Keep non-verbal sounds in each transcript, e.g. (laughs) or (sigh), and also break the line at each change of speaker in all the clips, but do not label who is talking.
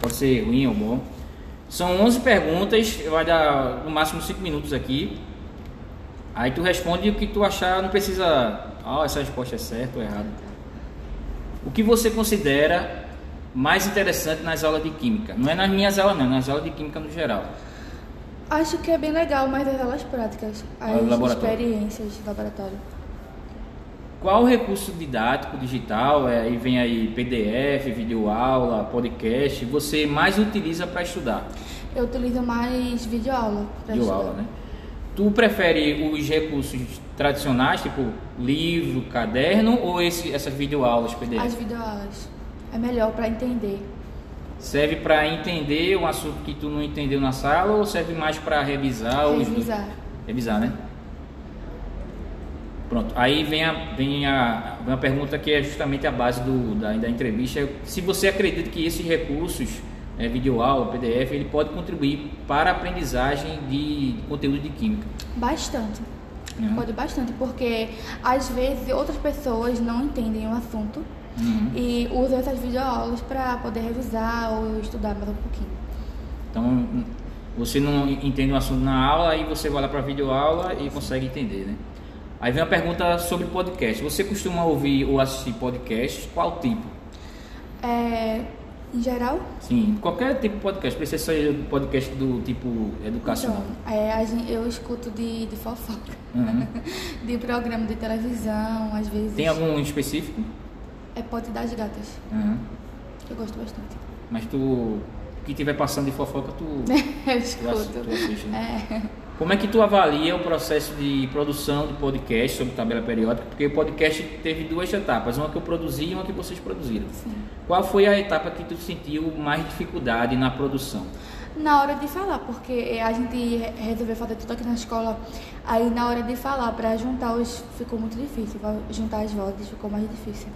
Pode ser ruim ou bom. São 11 perguntas, vai dar no máximo 5 minutos aqui. Aí tu responde o que tu achar, não precisa. Ah, essa resposta é certa ou errada. O que você considera mais interessante nas aulas de química? Não é nas minhas aulas, não, é nas aulas de química no geral.
Acho que é bem legal, mas das aulas práticas, as
laboratório.
experiências de laboratório.
Qual recurso didático digital, é, aí vem aí PDF, videoaula, podcast, você mais utiliza para estudar?
Eu utilizo mais videoaula. pra
Videoaula,
estudar.
né? Tu prefere os recursos tradicionais, tipo livro, caderno, ou esse, essas videoaulas PDF?
As videoaulas. É melhor pra entender.
Serve para entender um assunto que tu não entendeu na sala ou serve mais para revisar? Ah, os-
Revisar.
Revisar, né? Pronto. Aí vem a, vem a vem uma pergunta que é justamente a base do, da, da entrevista. Se você acredita que esses recursos, é, videoaula, PDF, ele pode contribuir para a aprendizagem de conteúdo de química.
Bastante.
Uhum.
Pode bastante, porque às vezes outras pessoas não entendem o assunto
Uhum.
e usam essas videoaulas pra poder revisar ou estudar mais um pouquinho.
Então, você não entende o assunto na aula, aí você vai lá para a videoaula e consegue entender, né? Aí vem uma pergunta sobre podcast. Você costuma ouvir ou assistir podcast? Qual tipo?
É, em geral,
Sim, qualquer tipo de podcast. Precisa ser do podcast do tipo educacional.
então, é, a gen- eu escuto de, de fofoca,
Uhum.
(laughs) de programa de televisão, às vezes.
Tem algum específico?
É Pote das Gatas,
Uhum.
que eu gosto bastante. (laughs)
Mas tu, o que tiver passando de fofoca, tu,
eu
tu assi- tu
escuto.
assiste, né?
É,
Como é que tu avalia o processo de produção de podcast sobre tabela periódica? Porque o podcast teve duas etapas, uma que eu produzi e uma que vocês produziram.
sim.
Qual foi a etapa que tu sentiu mais dificuldade na produção?
Na hora de falar, porque eh, a gente re- resolveu fazer tudo aqui na escola, aí na hora de falar, pra juntar os. ficou muito difícil, pra juntar as vozes ficou mais difícil.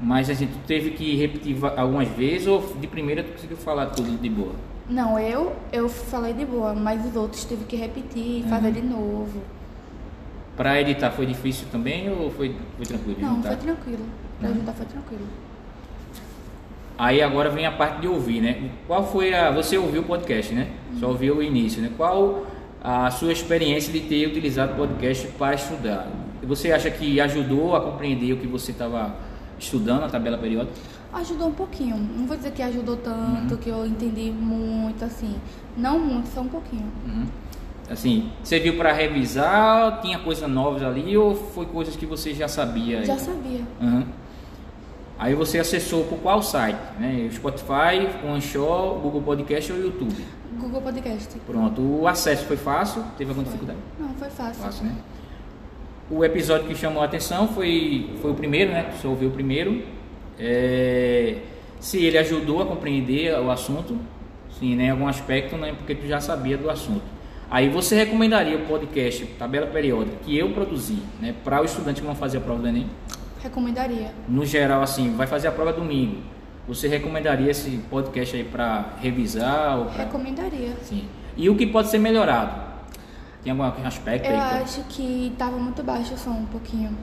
Mas assim, tu teve que repetir va- algumas vezes ou de primeira tu conseguiu falar tudo de boa?
Não, eu eu falei de boa, mas os outros teve que repetir, fazer
Uhum.
de novo.
Pra editar foi difícil também ou foi, foi tranquilo? de
Não,
juntar?
foi tranquilo. Pra
Uhum.
juntar foi tranquilo.
Aí agora vem a parte de ouvir, né? Qual foi a. Você ouviu o podcast, né? Só ouviu o início, né? Qual a sua experiência de ter utilizado o podcast para estudar? Você acha que ajudou a compreender o que você estava estudando na tabela periódica?
Ajudou um pouquinho. Não vou dizer que ajudou tanto, que eu entendi muito, assim. Não muito, só um pouquinho.
Uhum. Assim, serviu para revisar? Tinha coisas novas ali ou foi coisas que você já sabia?
Já sabia.
Uhum. Aí você acessou por qual site? Né? O Spotify, o Anchor, o Google Podcast ou o YouTube?
Google Podcast.
Pronto, o acesso foi fácil? Teve alguma dificuldade?
Não, foi fácil.
Fácil, né? O episódio que chamou a atenção foi, foi o primeiro, né? Você ouviu o primeiro. É, se ele ajudou a compreender o assunto, sim, né? Em algum aspecto, né? Porque tu já sabia do assunto. Aí você recomendaria o podcast Tabela Periódica que eu produzi, né? Para os estudantes que vão fazer a prova do Enem.
Recomendaria.
No geral, assim, vai fazer a prova domingo. Você recomendaria esse podcast aí para revisar ou pra...
Recomendaria.
Sim. E o que pode ser melhorado? Tem algum aspecto
Eu
aí? que-
acho que tava muito baixo o som um pouquinho.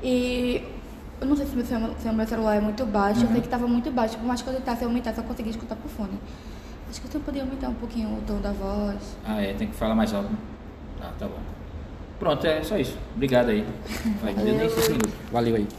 E eu não sei se meu, celu- se o meu celular é muito baixo, eu sei que tava muito baixo, por mais que eu tentasse aumentar, só conseguia escutar por fone. Acho que eu só podia aumentar um pouquinho o tom da voz.
Ah, é, tem que falar mais alto. né? (laughs) Ah, tá bom. Pronto, é só isso. Obrigado aí. Vai, deu nem cinco minutos. Valeu aí.